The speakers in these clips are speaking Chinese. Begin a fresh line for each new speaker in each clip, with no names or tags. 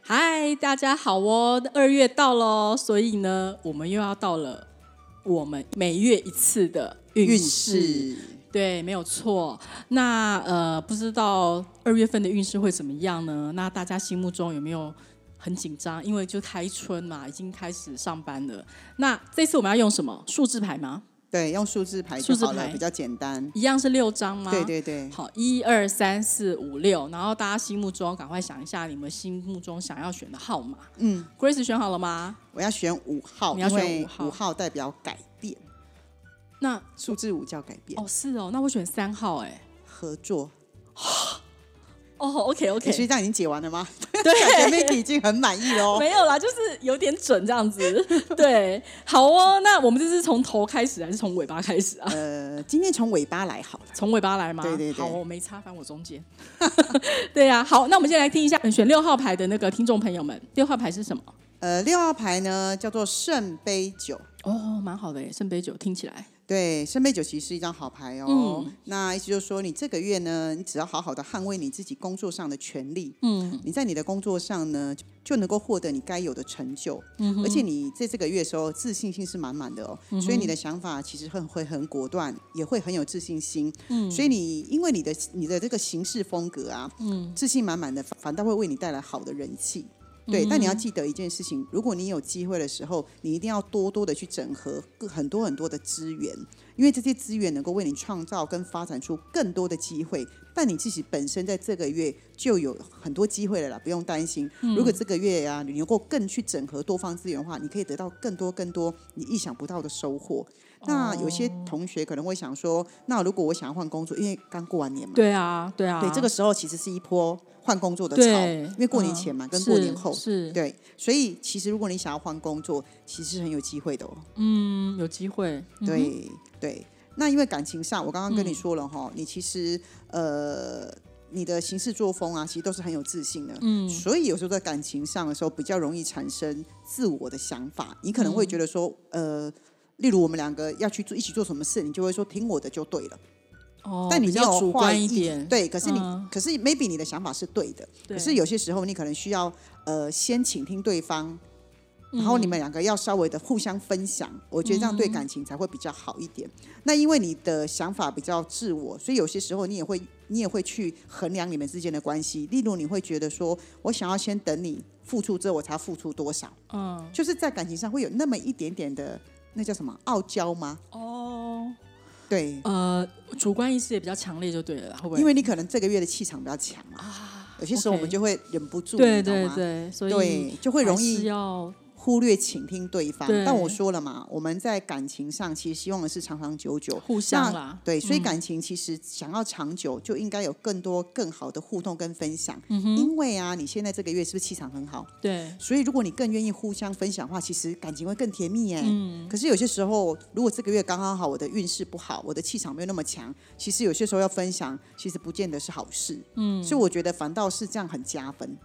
嗨，大家好哦！二月到喽，所以呢，我们又要到了我们每月一次的运势。对，没有错。那呃，不知道二月份的运势会怎么样呢？那大家心目中有没有很紧张？因为就开春嘛，已经开始上班了。那这次我们要用什么数字牌吗？
对，用数字牌
数
就
字
好了，
牌
比较简单。
一样是六张吗？
对对对，
好，一二三四五六，然后大家心目中赶快想一下，你们心目中想要选的号码。
嗯
，Grace 选好了吗？
我要选五号，
你要选
因为
五号
五号代表改变，
那
数字五叫改变，
哦是哦，那我选三号哎、
合作。
哦，OK
欸所以
OK，
这样已经解完了吗？感觉
对。
Maggie 已经很满意 喽。
没有啦，就是有点准这 样子。对，好哦。那我们这是从头开始还是从尾巴开始啊？
呃，今天从尾巴来好了。
从尾巴来吗？
对对对
好，我没差，反正我 中间。对呀、好，那我们先来听一下选六号牌的那个听众朋友们，六号牌是什么？
呃，六号牌呢叫做圣杯九，
哦，蛮好的耶，圣杯九，听起来
对，圣杯九其实是一张好牌哦。
嗯
那意思就是说，你这个月呢，你只要好好的捍卫你自己工作上的权利，
嗯
你在你的工作上呢就就能够获得你该有的成就，
嗯
而且你在这个月的时候自信心是满满的哦，所以你的想法其实很会很果断，也会很有自信心，
嗯
所以你因为你的你的这个行事风格啊，自信满满的，反反倒会为你带来好的人气。对，但你要记得一件事情：如果你有机会的时候，你一定要多多的去整合各很多很多的资源，因为这些资源能够为你创造跟发展出更多的机会。但你自己本身在这个月就有很多机会了啦，不用担心。如果这个月啊，你能够更去整合多方资源的话，你可以得到更多更多你意想不到的收获。那有些同学可能会想说，那如果我想要换工作，因为刚过完年嘛，
对啊，对啊，
对，这个时候其实是一波换工作的潮，
对，
因为过年前嘛，
嗯
跟过年后，
是是
对，所以其实如果你想要换工作，其实是很有机会的哦。
嗯有机会，嗯
对对，那因为感情上，我刚刚跟你说了
嗯
哈、你其实呃，你的行事作风啊，其实都是很有自信的，嗯，所以有时候在感情上的时候，比较容易产生自我的想法，你可能会觉得说，
嗯
呃。例如我们两个要去做一起做什么事，你就会说听我的就对了，
哦，
但你
比
没
较
有
主
坏
观一
意
点，
对，可是你、
嗯
可是 maybe 你的想法是对的，
对
可是有些时候你可能需要呃先倾听对方，
嗯
然后你们两个要稍微的互相分享，我觉得这样对感情才会比较好一点。
嗯
那因为你的想法比较自我，所以有些时候你也会你也会去衡量你们之间的关系，例如你会觉得说我想要先等你付出之后我才付出多少，
嗯
就是在感情上会有那么一点点的那叫什么傲娇吗？
哦
对，
呃主观意识也比较强烈就对了啦，会不会？
因为你可能这个月的气场比较强嘛，有些时候
OK
我们就会忍不住，
对
你懂
对
吗？
对，所以
对，就会容
还是
易
要
忽略倾听对方。
对
但我说了嘛，我们在感情上其实希望的是长长久久。
互相啦，嗯
对，所以感情其实想要长久，就应该有更多更好的互动跟分享。
嗯
因为啊，你现在这个月是不是气场很好？
对
所以如果你更愿意互相分享的话，其实感情会更甜蜜耶。
嗯
可是有些时候，如果这个月刚刚好我的运势不好，我的气场没有那么强，其实有些时候要分享，其实不见得是好事。嗯，所以我觉得反倒是这样很加分。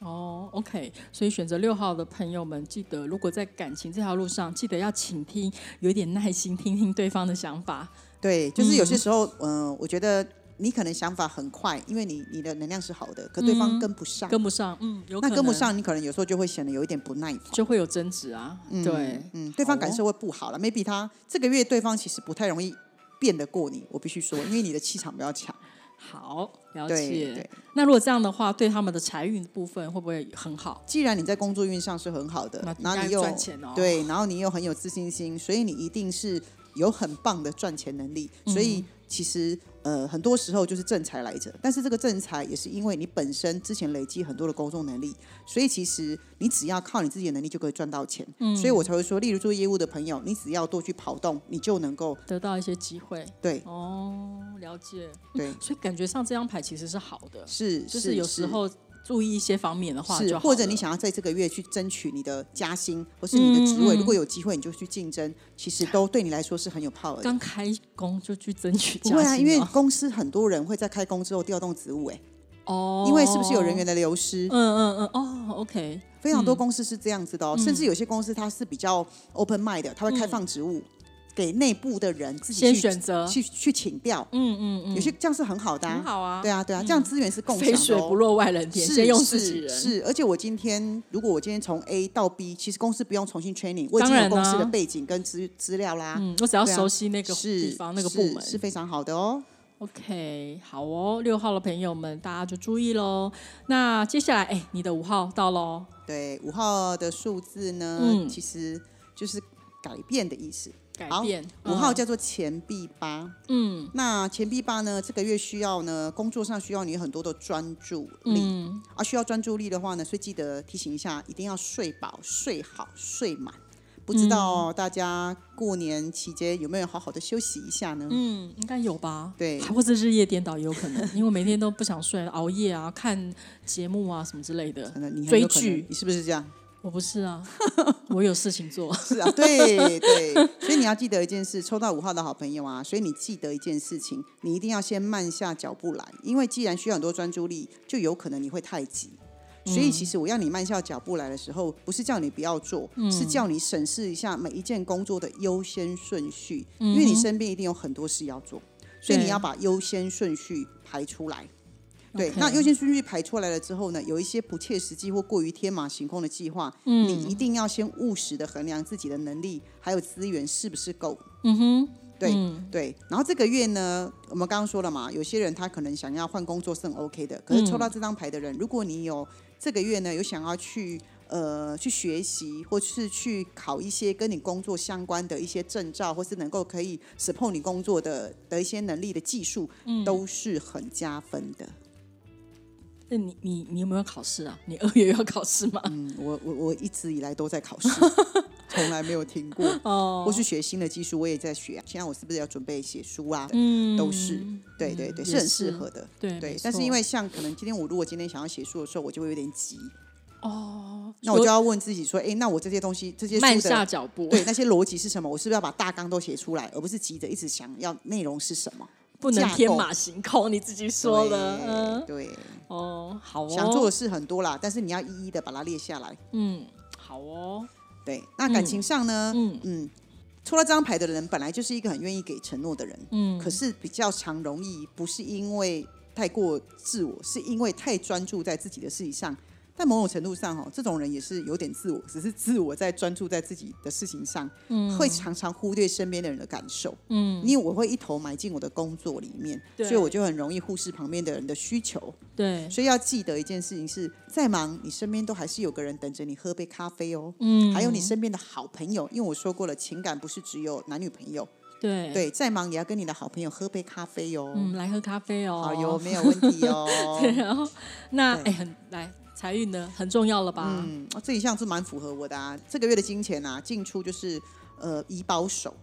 哦，OK，所以选择六号的朋友们，记得如果在感情这条路上，记得要倾听，有一点耐心，听听对方的想 法。
对，就是有些时候，嗯、我觉得你可能想法很快，因为你你的能量是好的，可对方跟不上，
嗯跟不上，嗯，有可
啊那
能
跟不上，你可能有时候就会显得有一点不耐烦。
就会有争执啊。对，
嗯，对方
好哦
感受会不好了。maybe 他这个月对方其实不太容易变得过你，我必须说，因为你的气场比较强。
好，了
对
解
对。，
那如果这样的话，对他们的财运部分会不会很好？
既然你在工作运上是很好的然
那，
后
应
你
该
又
赚钱哦
对，然后你又很有自信心，所以你一定是有很棒的赚钱能力。
嗯
所以其实呃，很多时候就是正财来着，但是这个正财也是因为你本身之前累积很多的工作能力，所以其实你只要靠你自己的能力就可以赚到钱。
嗯
所以我才会说，例如做业务的朋友，你只要多去跑动，你就能够
得到一些机会
对
哦，了解。
对
所以感觉上这张牌其实是好的，
是
就是有时。候注意一些方面的话
是，
就好
或者
了
你想要在这个月去争取你的加薪或是你的职位，
嗯嗯
如果有机会你就去竞争，其实都对你来说是很有 power 的。
刚开工就去争取加
不
薪哦
会
吗，
啊，因为公司很多人会在开工之后调动职务、欸，
哦，
因为是不是有人员？的流失？
嗯嗯嗯，哦，OK，嗯
非常多公司是这样子的哦，甚至有些公司它是比较 open mind 的，它会开放职务、给内部的人自己
嗯先
去
选择
去去请调，
嗯嗯嗯，
有些这样是很好的、啊，
很好啊，
对啊对啊，这样资源是共享的、
肥
哦，
水不落外人田，先用自己人，
是，而且我今天如果我今天从 A 到 B，其实公司不用重新 training，我已
当
经有
然
公司
啊
的背景跟资资料啦。
嗯，我只要
对啊
熟悉那个
是
地方、那个
是
部门
是非常好的哦。
OK，好哦，六号的朋友们，大家就注意喽。那接下来，哎，你的五号到喽，
对，五号的数字呢，
嗯
其实就是改变的意思。
改
好
变
五号
就
叫做钱币八，
嗯
那钱币八呢，这个月需要呢，工作上需要你很多的专注力、
嗯，
啊，需要专注力的话呢，所以记得提醒一下，一定要睡饱、睡好、睡满。不
嗯
知道大家过年期间有没有好好的休息一下呢？
嗯，应该有吧？
对
还或者日夜颠倒也有 可能，因为我每天都不想睡，熬夜啊，看节目啊什么之类的
可能你，很
追
有可能
剧。
你是不是这样？
我不是 啊，我有事情做。
是啊，对对，所以你要记得一件事，抽到五号的好朋友啊，所以你记得一件事情，你一定要先慢下脚步来，因为既然需要很多专注力，就有可能你会太急。所以其实我要你慢下脚步来的时候，不是叫你不要做，是叫你审视一下每一件工作的优先顺序，因为你身边一定有很多事要做，所以你
对
要把优先顺序排出来。对
OK
那优先顺序排出来了之后呢，有一些不切实际或过于天马行空的计划，
嗯
你一定要先务实的衡量自己的能力还有资源是不是够。
嗯哼，
对、
嗯
对，然后这个月呢，我们刚刚说了嘛，有些人他可能想要换工作是很 OK 的，
嗯
可是抽到这张牌的人，如果你有这个月呢有想要去呃去学习，或是去考一些跟你工作相关的一些证照，或是能够可以 support 你工作的的一些能力的技术，
嗯
都是很加分的。
那你你你有没有考试啊？你二月有要考试吗？
嗯，我我我一直以来都在考 试，从来没有停过。
哦，
或是学新的技术，我也在学啊。现在我是不是要准备写书啊？
嗯
都是，对对对，
嗯
是
也
很适
是
合的。
对
对
没，
但是
错
因为像可能今天我如果今天想要写书的时候，我就会有点急，
哦，
那我就要问自己说，哎，那我这些东西这些
慢
书
下
的
脚步，
对那些逻辑是什么？我是不是要把大纲都写出来，而不是急着一直想要内容是什么？
不能
架构
天马行空，你自己说了，嗯，
对，对
哦，好哦，
想做的事很多啦，但是你要一一的把它列下来。
嗯，好哦，
对，那感情上呢，
嗯
嗯，抽到这张牌的人本来就是一个很愿意给承诺的人，
嗯
可是比较常容易不是因为太过自我，是因为太专注在自己的事情上。但某种程度上，哦，这种人也是有点自我，只是自我在专注在自己的事情上，
嗯
会常常忽略身边的人的感受。
嗯，
因为我会一头埋进我的工作里面，
对
所以我就很容易忽视旁边的人的需求。
对，
所以要记得一件事情是：再忙，你身边都还是有个人等着你喝杯咖啡哦。
嗯，
还有你身边的好朋友，因为我说过了，情感不是只有男女朋友，
对，
对，再忙也要跟你的好朋友喝杯咖啡哟、
嗯，来喝咖啡哦，
好哟，没有问题哦。
对，然后那
对
哎，很来财运呢，很重要了吧？
嗯，哦这一项是蛮符合我的啊。这个月的金钱啊，进出就是呃以保守，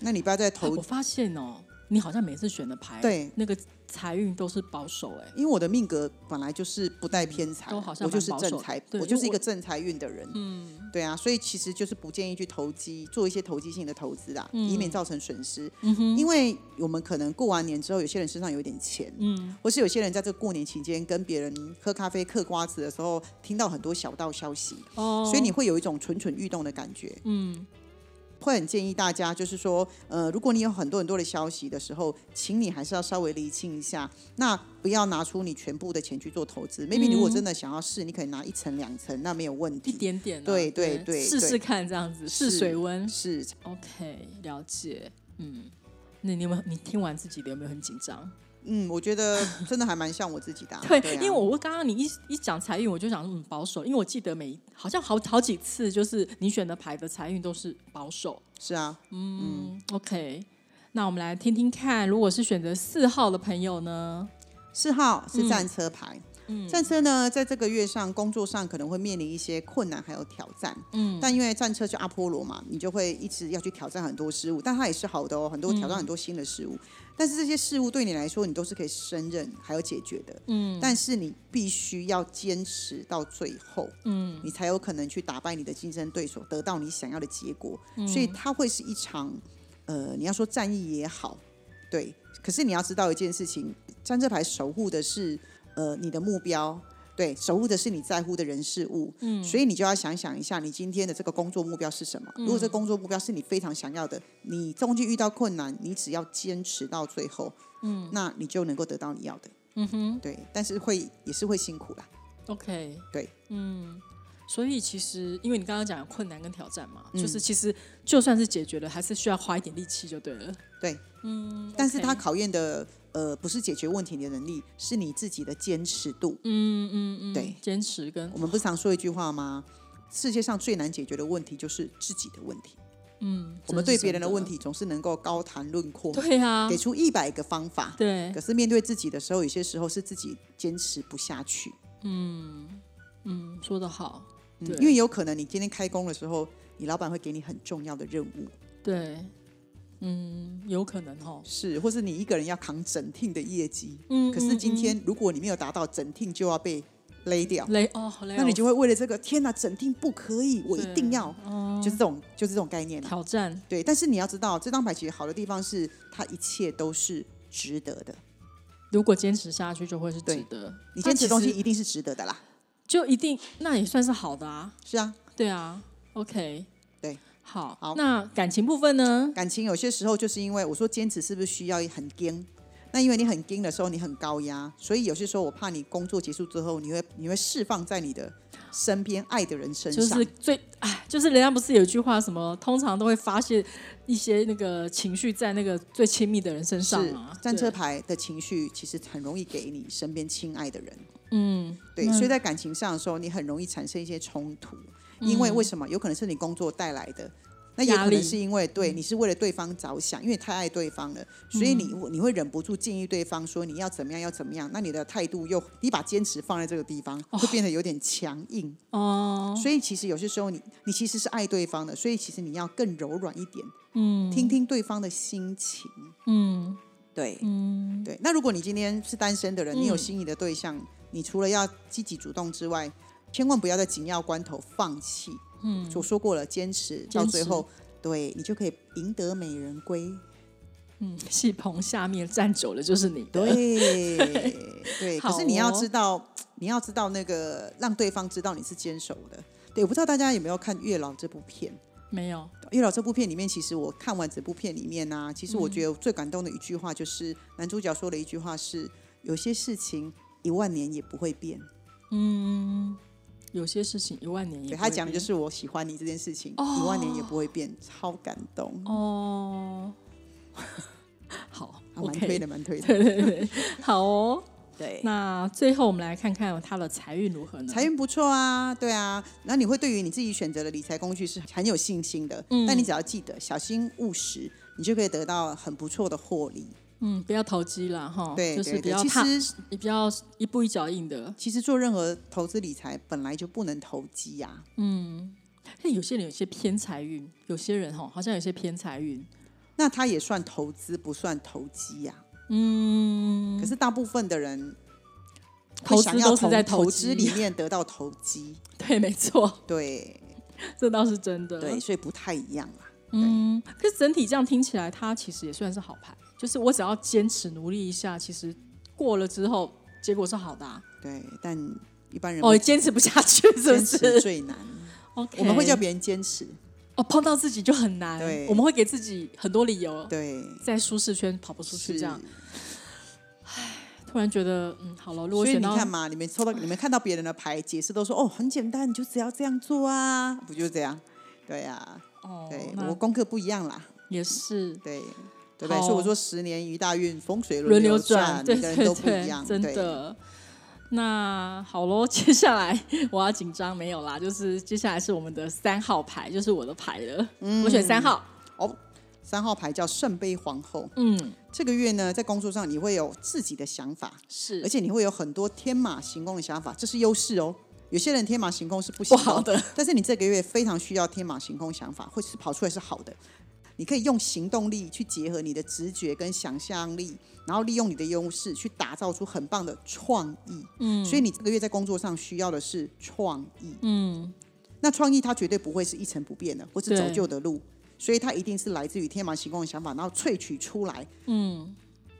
那你不要再投
我，发现哦，你好像每次选的牌，
对
那个财运都是保守，哎，
因为我的命格本来就是不带偏财，
都好像
我就是
蛮保守
正财
的，对
我就是一
我
个正财运的人。
嗯，
对啊，所以其实就是不建议去投机，做一些投机性的投资啊，
嗯
以免造成损失。因为我们可能过完年之后，有些人身上有一点钱，嗯，或是有些人在这个过年期间跟别人喝咖啡、嗑瓜子的时候，听到很多小道消息，
哦，
所以你会有一种蠢蠢欲动的感觉。
嗯
会很建议大家，就是说，呃，如果你有很多很多的消息的时候，请你还是要稍微理清一下，那不要拿出你全部的钱去做投资。maybe
嗯
如果真的想要试，你可以拿一层两层，那没有问
一
题。
点点啊，
对对对
试
对
试看这样子，试
是
水温
是
，OK，了解，嗯。那你有没有？你听完自己的有没有很紧张？。
嗯，我觉得真的还蛮像我自己的、啊
对，
啊
因为我刚刚你一一讲财运，我就想说嗯保守，因为我记得每好像好好几次，就是你选的牌的财运都是保守。
是啊，
嗯，OK，那我们来听听看，如果是选择四号的朋友呢？
嗯四号是战车牌，战车呢，在这个月上工作上可能会面临一些困难还有挑战，嗯，但因为战车就阿波罗嘛，你就会一直要去挑战很多事物，但它也是好的哦，很多挑战很多新的事物，但是这些事物对你来说，你都是可以胜任还有解决的，嗯，但是你必须要坚持到最后，嗯，你才有可能去打败你的竞争对手，得到你想要的结果，所以它会是一场，呃，你要说战役也好，对，可是你要知道一件事情，战这牌守护的是呃你的目标，对，守护的是你在乎的人事物，嗯，所以你就要想想一下，你今天的这个工作目标是什么？如果这工作目标是你非常想要的，你中间遇到困难，你只要坚持到最后，嗯，那你就能够得到你要的，
嗯哼
对，但是会也是会辛苦啦，
，OK，
对，
嗯。所以其实，因为你刚刚讲有困难跟挑战
嗯
嘛，就是其实就算是解决了，还是需要花一点力气就对了。
对，
嗯，
但是
OK
它考验的呃不是解决问题的能力，是你自己的坚持度。
嗯嗯嗯，
对
坚持跟
我们不是常说一句话吗？世界上最难解决的问题就是自己的问题。
嗯，
我们对别人的
这是
问题总是能够高谈论阔
真，的，对啊
给，出一百个方法。
对
可，是面对自己的时候，有些时候是自己坚持不下去，
嗯，说的好，
嗯
对
因为有可能你今天开工的时候，你老板会给你很重要的任务，
对，嗯，有可能哦，
是，或是你一个人要扛整听的业绩。
嗯
可是今
嗯
天如果你没有达到，整听就要被勒掉
嗯。雷哦，雷，
那你就会为了这个，天哪，整听不可以，我一定要，
哦
就是这种，就是这种概念啊。
挑战，
对，但是你要知道，这张牌其实好的地方是，它一切都是值得的。
如果坚持下去，就会是值得。
你坚持的东西
那其实
一定是值得的啦。
就一定，那也算是好的啊，
是啊，
对啊，OK，
对，
好，
好
那感情部分呢？
感情有些时候就是因为我说坚持是不是需要很硬？那因为你很硬的时候，你很高压，所以有些时候我怕你工作结束之后，你会你会释放在你的身边爱的人身上。
就是最哎，就是人家不是有一句话什么，通常都会发泄一些那个情绪在那个最亲密的人身上
是
啊。
战车
对，
牌的情绪，其实很容易给你身边亲爱的人。
嗯，
对，所以在感情上的时候，你很容易产生一些冲突，因为为什么？有可能是你工作带来的，那也
嗯
可
压
能
力嗯
是因为对你是为了对方着想，因为太爱对方了，所以你
嗯
你会忍不住建议对方说你要怎么样，要怎么样。那你的态度又你把坚持放在这个地方，会变得有点强硬。
哦，
所以其实有些时候你你其实是爱对方的，所以其实你要更柔软一点，嗯，听听对方的心情。
嗯
对
嗯，
对，那如果你今天是单身的人，你有心仪的对象，你除了要积极主动之外，千万不要在紧要关头放弃。嗯，我说过了，坚持到
坚
最
持
后，对你就可以赢得美人归。
嗯，戏棚下面站久了就是你的。
对对，可
好
是你要
哦
知道，你要知道那个让对方知道你是坚守的。对，我不知道大家有没有看《月老》这部片。
没有，
《月老》这部片里面，其实我看完整部片里面呢、其
嗯
实我觉得最感动的一句话就是、男主角说的一句话是：有些事情一万年也不会变。
嗯，有些事情一万年也
对
不
他
会
讲的就
变
是我喜欢你这件事情，一万年也不会变，超感动，
哦，好
还蛮推
，OK，
的，蛮推的。
对 对对，好哦。
对，
那最后我们来看看他的财运如何呢？
财运不错啊，对啊，那你会对于你自己选择的理财工具是很有信心的。嗯，但你只要记得小心务实，你就可以得到很不错的获利。
嗯，不要投机了哈，
对
哦就是
对
比
对，
较
其
踏，
实
你比较一步一脚印的。
其实做任何投资理财本来就不能投机呀、
但有些人有些偏财运，有些人哈好像有些偏财运，
那他也算投资，不算投机呀、
嗯，
可是大部分的人
投
想
资
要
都是
从
在
投
机
资里，面得到投机，
对，没错，
对
这倒是真的。
对，所以不太一样啦。
嗯，可是整体这样听起来，它其实也算是好牌，就是我只要坚持努力一下，其实过了之后结果是好的、啊。
对，但一般人
哦，
会
坚持不下去是不
嗯坚持
是
最 难，
？OK，
我们会叫别人坚持。
哦，碰到自己就很难，
对
我们会给自己很多理由，
对，
在舒适圈跑不出去，
是
这样。突然觉得，嗯，好了，如果
所以
选
你
到
看嘛，你们抽到你们看到别人的牌，解释都说哦很简单，你就只要这样做啊，不就这样？对呀、
哦，
对
那
我功课不一样啦，
也是
对对不对？
好
所以我说十年一大运，风水
轮
流
流转，对
每个
对
人都不一
对
样，，
真
对
的。那好喽， 接下来我要紧张没有啦，就是接下来是我们的三号牌，
嗯
就是我的牌了，我选三号，
哦，三号牌叫圣杯皇后。
嗯，
这个月呢，在工作上你会有自己的想法，
是
而且你会有很多天马行空的想法，这是优势哦。有些人天马行空是不行哦
不好的，
但是你这个月非常需要天马行空想法，会是跑出来是好的。你可以用行动力去结合你的直觉跟想象力，然后利用你的优势去打造出很棒的创意。嗯，所以你这个月在工作上需要的是创意。
嗯，
那创意它绝对不会是一成不变的，或是走
对
旧的路，所以它一定是来自于天马行空的想法，然后萃取出来，嗯，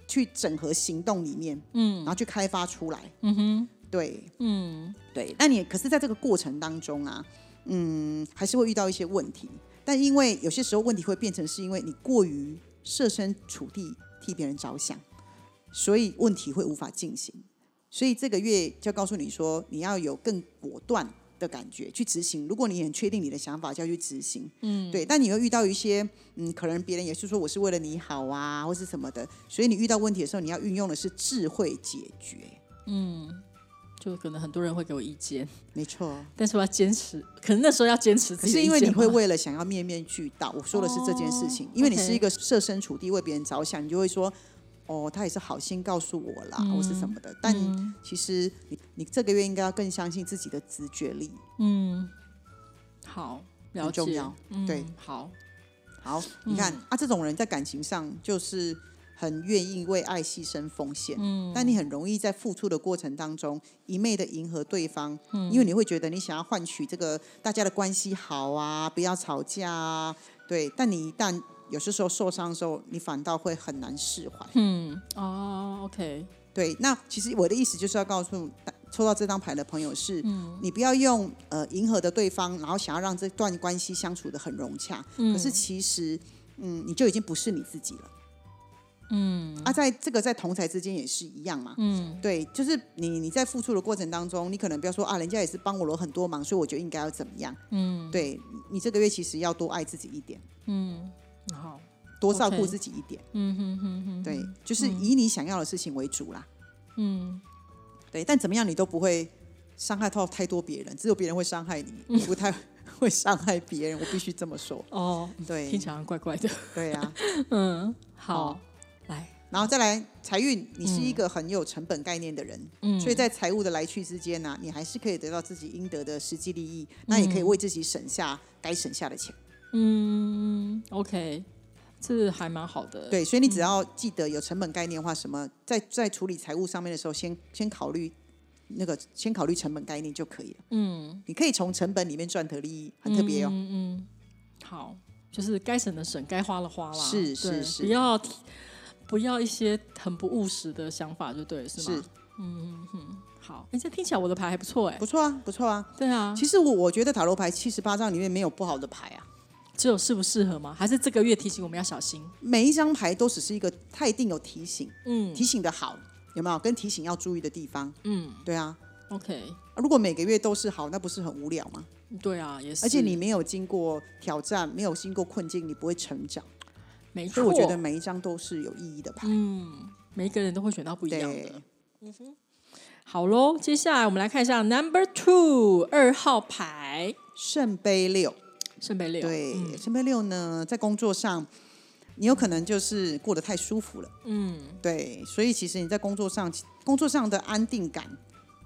去整合行动里面，嗯，然后去开发出来，嗯哼，对，嗯，对。那你可是在这个过程当中啊，嗯，还是会遇到一些问题，但因为有些时候问题会变成是因为你过于设身处地替别人着想，所以问题会无法进行。所以这个月就告诉你说，你要有更果断的感觉去执行。如果你很确定你的想法，就要去执行。嗯，对。但你会遇到一些，嗯，可能别人也是说我是为了你好啊，或是什么的。所以你遇到问题的时候，你要运用的是智慧解决。
就可能很多人会给我意见，
没错。
但是我要坚持，可能那时候要坚持
可
自己的
是
意见
因为
吧。
你会为了想要面面俱到，我说的是这件事情，
哦
因为你
OK
是一个设身处地为别人着想，你就会说，哦，他也是好心告诉我啦，或是什么的。
嗯
但其实你你这个月应该要更相信自己的直觉力。
嗯，好，了
很重
解
要，
嗯
对，
好，
好，你看、啊，这种人在感情上就是很愿意为爱牺牲奉献，嗯，但你很容易在付出的过程当中一昧的迎合对方，嗯，因为你会觉得你想要换取这个大家的关系好啊，不要吵架啊，对，但你一旦有些时候受伤的时候，你反倒会很难释怀。
嗯，哦，OK，
对，那其实我的意思就是要告诉大抽到这张牌的朋友是，
嗯
你不要用呃迎合的对方，然后想要让这段关系相处的很融洽，可是其实嗯你就已经不是你自己了。嗯，啊，在这个在同才之间也是一样嘛。嗯，对，就是你你在付出的过程当中，你可能不要说啊，人家也是帮我了很多忙，所以我就应该要怎么样。嗯，对你你这个月其实要多爱自己一点，
好，
多照顾
OK
自己一点。
嗯哼哼哼，嗯
对，就是以你想要的事情为主啦。嗯，对，但怎么样你都不会伤害到太多别人，只有别人会伤害你，你不太 会伤害别人。我必须这么说。
哦，听
对，
起来怪怪的，
对啊。
嗯， 好，来，
然后再来财运，你
嗯
是一个很有成本概念的人，嗯，所以在财务的来去之间呢、你还是可以得到自己应得的实际利益，那也可以为自己省下该省下的钱。
嗯，OK，这还蛮好的，，
对，所以你只要记得有成本概念的话，什么在在处理财务上面的时候，先先考虑那个先考虑成本概念就可以了。嗯，你可以从成本里面赚得利益，
嗯
很特别哦。
好，就是该省的省，该花的花啦，
是是
对
是
不要提不要一些很不务实的想法，就对了，是
是
吗？好，哎，这听起来我的牌还不错，哎
不，错啊，不错啊。
对啊，
其实我我觉得塔罗牌七十八张里面没有不好的牌啊，
只有适不适合吗？还是这个月提醒我们要小心？
每一张牌都只是一个它一定有提醒，
嗯
提醒的好有没有？跟提醒要注意的地方，
嗯
对啊。
，OK，
如果每个月都是好，那不是很无聊吗？
对啊，也是，
而且你没有经过挑战，没有经过困境，你不会成长。
没
所
错，
以我觉得每一张都是有意义的牌。
每一个人都会选到不一样
对
的。好喽，接下来我们来看一下 Number Two 二号牌
圣杯六，
圣杯六，
对，
嗯
圣杯六呢，在工作上，你有可能就是过得太舒服了，
嗯
对，所以其实你在工作上，工作上的安定感，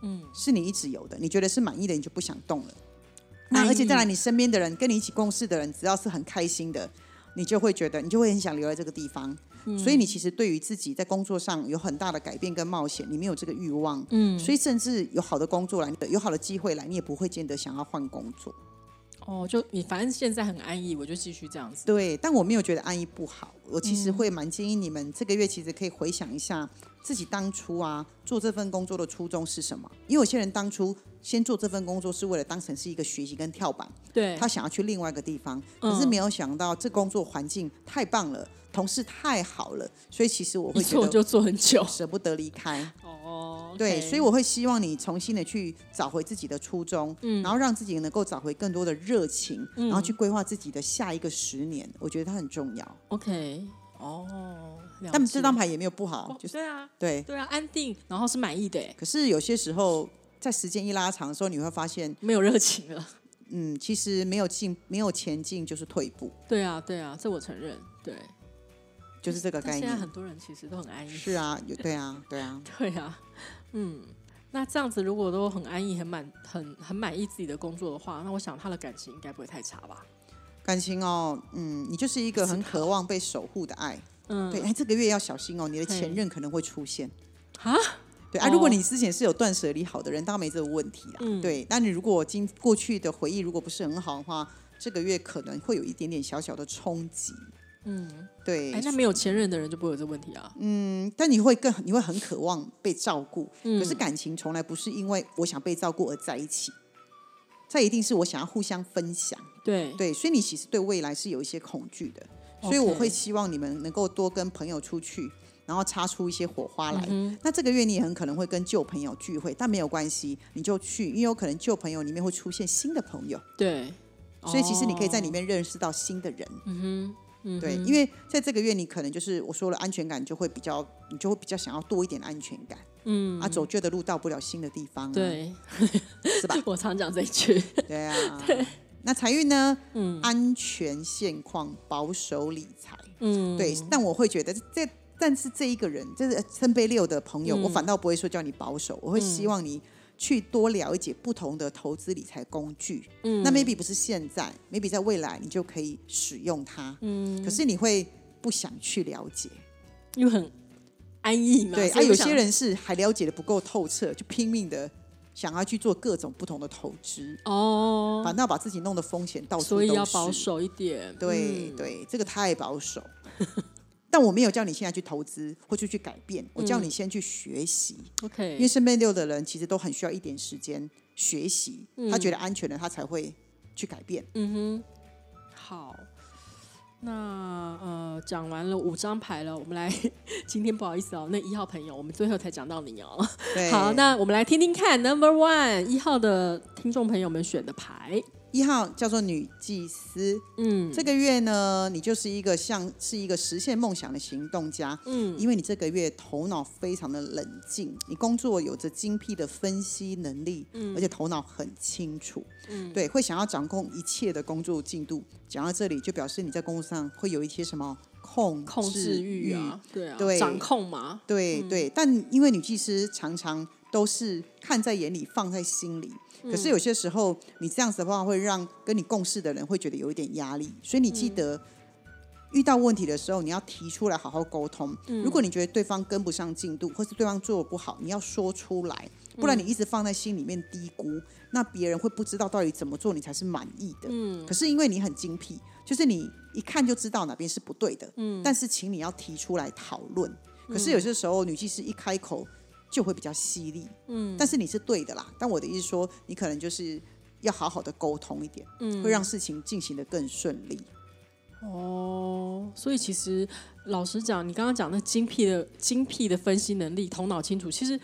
嗯，是你一直有的，你觉得是满意的，你就不想动了。那
安
而且再
逸
来，你身边的人跟你一起共事的人，只要是很开心的，你就会觉得你就会很想留在这个地方。所以你其实对于自己在工作上有很大的改变跟冒险，你没有这个欲望，嗯，所以甚至有好的工作来，有好的机会来，你也不会见得想要换工作。
哦，就你反正现在很安逸，我就继续这样子。
对，但我没有觉得安逸不好。我其
嗯
实会蛮建议你们这个月其实可以回想一下自己当初啊做这份工作的初衷是什么。因为有些人当初先做这份工作是为了当成是一个学习跟跳板，
对，
他想要去另外一个地方，
哎嗯
可是没有想到这工作环境太棒了，同事太好了，所以其实我
一
会觉
做
得
就做很 久。
舍不得离开。
哦，
对，所以我会希望你重新的去找回自己的初衷，
嗯
然后让自己能够找回更多的热情，然后去规划自己的下一个十年，我觉得它很重要。
OK，哦，了
但
解
这张牌也没有不好
哦，
就是
对啊，
对。
对啊，安定，然后是满意的欸耶，
可是有些时候，在时间一拉长的时候，你会发现，
没有热情了。
嗯，其实没有进，没有前进就是退步。
对啊，对啊，这我承认。对，
就是这个概
但现在
念。
很多人其实都很安逸，
是啊，有对啊，对 啊，
对啊，嗯，那这样子如果都很安逸、很满、很很满意自己的工作的话，那我想他的感情应该不会太差吧？
感情哦，嗯，你就是一个很渴望被守护的爱。
嗯，
对，哎，这个月要小心哦，你的前
嘿
任可能会出现。
啊，
对啊，如果
哦
你之前是有断舍离好的人，当然没这个问题啦。
嗯
对，那你如果经过去的回忆如果不是很好的话，这个月可能会有一点点小小的冲击。
嗯，
对，
哎，那没有前任的人就不会有这问题啊。
嗯，但你会更你会很渴望被照顾，
嗯
可是感情从来不是因为我想被照顾而在一起，这一定是我想要互相分享。
对，
对，所以你其实对未来是有一些恐惧的，所以我
嗯 OK
会希望你们能够多跟朋友出去，然后擦出一些火花来。
嗯
那这个月你也很可能会跟旧朋友聚会，但没有关系，你就去，因为有可能旧朋友里面会出现新的朋友，
对，
所以其实你可以在里
哦，
面认识到新的人。
嗯哼，嗯
对，
哼
因为在这个月你可能就是我说了，安全感就会比较，你就会比较想要多一点安全感。
嗯
啊，走旧的路到不了新的地方、啊，，
对，
是 吧？
我常讲这一句，
对啊。那财运呢？
嗯
安全现况，保守理财。
嗯，
对，但我会觉得这，但是这一个人，就是圣杯六的朋友，
嗯
我反倒不会说叫你保守，我会希望你去多了解不同的投资理财工具。
嗯
那 maybe 不是现在，maybe 在未来你就可以使用它。嗯，可是你会不想去了解。
因为很安逸嘛，
对
所
啊，
以
有
我想
些人是还了解的不够透彻，就拼命的想要去做各种不同的投资，
哦，
反倒把自己弄得风险到处都
所
是。
以要保。守一点，
对、
嗯
对，这个太保 守。但我没有叫你现在去投资或去去改变，
嗯
我叫你先去学习，
，OK，
因为身边六的人其实都很需要一点时间学习，他觉得安全了，他才会去改变。
嗯哼，好，那呃，讲完了五张牌了，我们来， 今天不好意思哦，那一号朋友，我们最后才讲到你哦。
对，
好，那我们来听听看，Number One 一号的听众朋友们选的牌，
一号叫做女祭司，
嗯
这个月呢，你就是一个像是一个实现梦想的行动家，
嗯
因为你这个月头脑非常的冷静，你工作有着精辟的分析能力，而且头脑很清楚，
嗯
对，会想要掌控一切的工作进度。讲到这里，就表示你在工作上会有一些什么控
控制欲
欲
啊，对啊，
嗯对
掌控嘛，
对、对，但因为女技师常常都是看在眼里，放在心里。可是有些时候，你这样子的话，会让跟你共事的人会觉得有一点压力。所以你记得，遇到问题的时候，你要提出来，好好沟通。如果你觉得对方跟不上进度，或是对方做的不好，你要说出来，不然你一直放在心里面低估，那别人会不知道到底怎么做你才是满意的。
嗯
可是因为你很精辟，就是你一看就知道哪边是不对的，嗯，但是请你要提出来讨论。可是有些时候女技师一开口就会比较犀利，嗯，但是你是对的啦。但我的意思说，你可能就是要好好的沟通一点，
嗯
会让事情进行的更顺利。
哦，所以其实老实讲，你刚刚讲那精辟的精辟的分析能力、头脑清楚，其实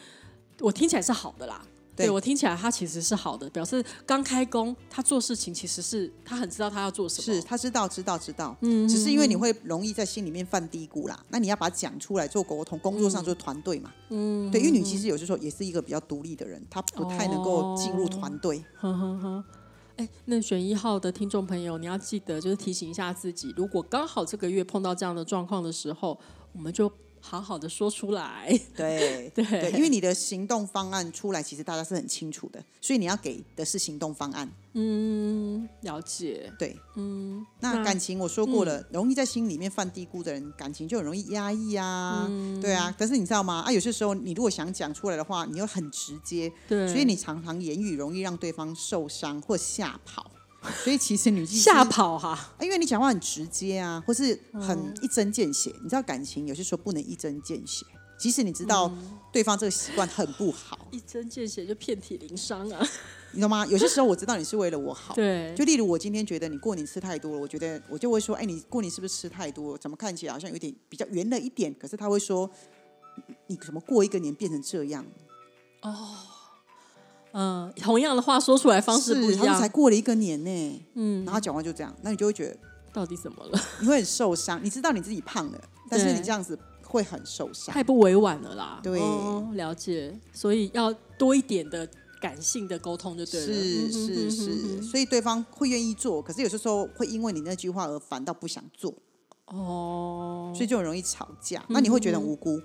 我听起来是好的啦。
对
我听起来他其实是好的，表示刚开工，他做事情其实是他很知道他要做什么。
是，他知道，知道，知道，嗯，只是因为你会容易在心里面犯低谷啦。那你要把它讲出来做沟通，工作上就是团队嘛，嗯，对，因为你其实有些时候也是一个比较独立的人，她不太能够进入团 队，
哼哼哼。哎，那选一号的听众朋友，你要记得就是提醒一下自己，如果刚好这个月碰到这样的状况的时候，我们就好好的说出来。
对
对
对，因为你的行动方案出来，其实大家是很清楚的，所以你要给的是行动方案。
嗯，了解。
对，
嗯，
那感情我说过了，容易在心里面犯低估的人，感情就很容易压抑啊。
嗯
对啊，但是你知道吗？啊，有些时候你如果想讲出来的话，你又很直接，
对，
所以你常常言语容易让对方受伤或吓跑。所以其实女技师
吓跑嗯哈、
啊，因为你讲话很直接啊，或是很一针见血。你知道感情有些时候不能一针见血，即使你知道
嗯
对方这个习惯很不好，
一针见血就遍体鳞伤啊！
你懂吗？有些时候我知道你是为了我好。
对
就例如我今天觉得你过年吃太多了，我觉得我就会说，哎，你过年是不是吃太多？怎么看起来好像有点比较圆了一点？可是他会说，你你怎么过一个年变成这样？
嗯，同样的话说出来方式不一
是他们才
样，
过了一个年呢。
嗯
然，后讲话就这样，那你就会觉得
到底怎么了？
你会很受伤。你知道你自己胖了，但是
对
你这样子会很受伤。
太不委婉了啦。
对
哦了解，所以要多一点的感性的沟通就对了。
是
嗯哼
是
嗯哼嗯
是，
哼
所以对方会愿意做，可是有些时候会因为你那句话而反倒不想做。
哦，
所以就很容易吵架。那你会觉得
嗯
很无辜。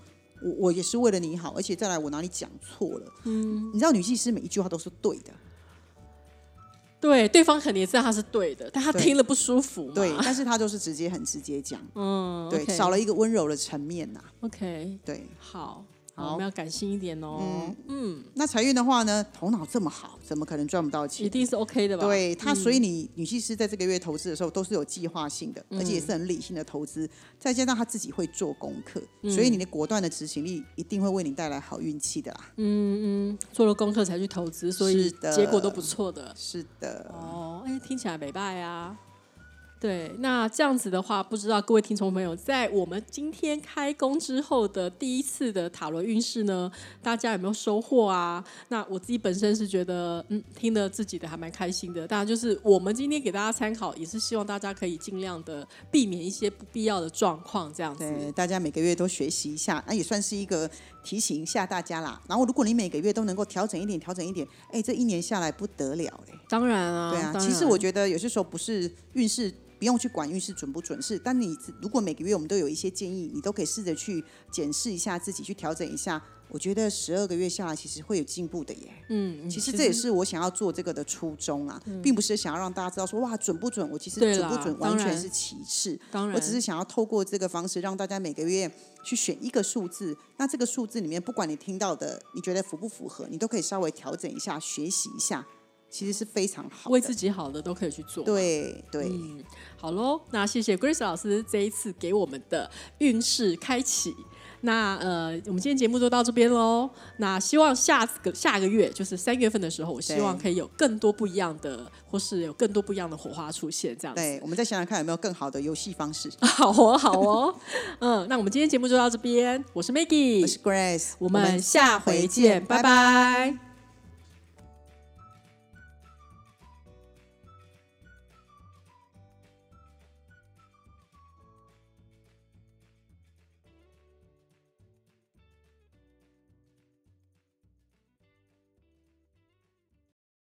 我我也是为了你好，而且再来我哪里讲错了？嗯，你知道女技师每一句话都是对的，
对，对方肯定知道他是对的，但他
对
听了不舒服嘛。
对，但是她就是直接很直接 讲，
嗯，
对
OK
少了一个温柔的层面呐、
OK，
对，
好，
好
我们要感性一点哦。嗯，
那财运的话呢，头脑这么好，怎么可能赚不到
一
钱？
定是 OK 的吧？嗯
对她，所以你女技师在这个月投资的时候都是有计划性的，而且也
嗯
是很理性的投资，再加上她自己会做功课，
嗯
所以你的果断的执行力一定会为你带来好运气的啦。
嗯，做了功课才去投资，所以
是的
结果都不错的。
是的，
哦，哎，听起来美败啊。对，那这样子的话，不知道各位听众朋友，在我们今天开工之后的第一次的塔罗运势呢，大家有没有收获啊？那我自己本身是觉得，嗯，听得自己的还蛮开心的。当然，就是我们今天给大家参考，也是希望大家可以尽量的避免一些不必要的状况，这样子。
对，大家每个月都学习一下，那也算是一个提醒一下大家啦。然后，如果你每个月都能够调整一点，调整一点，哎，这一年下来不得了嘞。
当然啊，
对啊，
当
其实
然
我觉得有些时候不是运势，不用去管运势准不准是，但你如果每个月我们都有一些建议，你都可以试着去检视一下自己，去调整一下。我觉得十二个月下来，其实会有进步的耶。
嗯，嗯嗯
其实这也是我想要做这个的初衷啊，并不是想要让大家知道说哇准不准，我其实
对
准不
啦
准
当
完全
然
是其次。
当然，
我只是想要透过这个方式，让大家每个月去选一个数字。那这个数字里面，不管你听到的，你觉得符不符合，你都可以稍微调整一下，学习一下，其实是非常好
为
的。
自己好的都可以去做。，
对对，
嗯，好喽，那谢谢 Grace 老师这一次给我们的运势开启。那呃，我们今天节目就到这边喽。那希望下个下个月，就是三月份的时候，我希望
对
可以有更多不一样的，或是有更多不一样的火花出现，这样子。
对，我们再想想看有没有更好的游戏方式。
好哦，好哦。嗯，那我们今天节目就到这边。我是 Maggie，
我是 Grace，
我们下回见，拜拜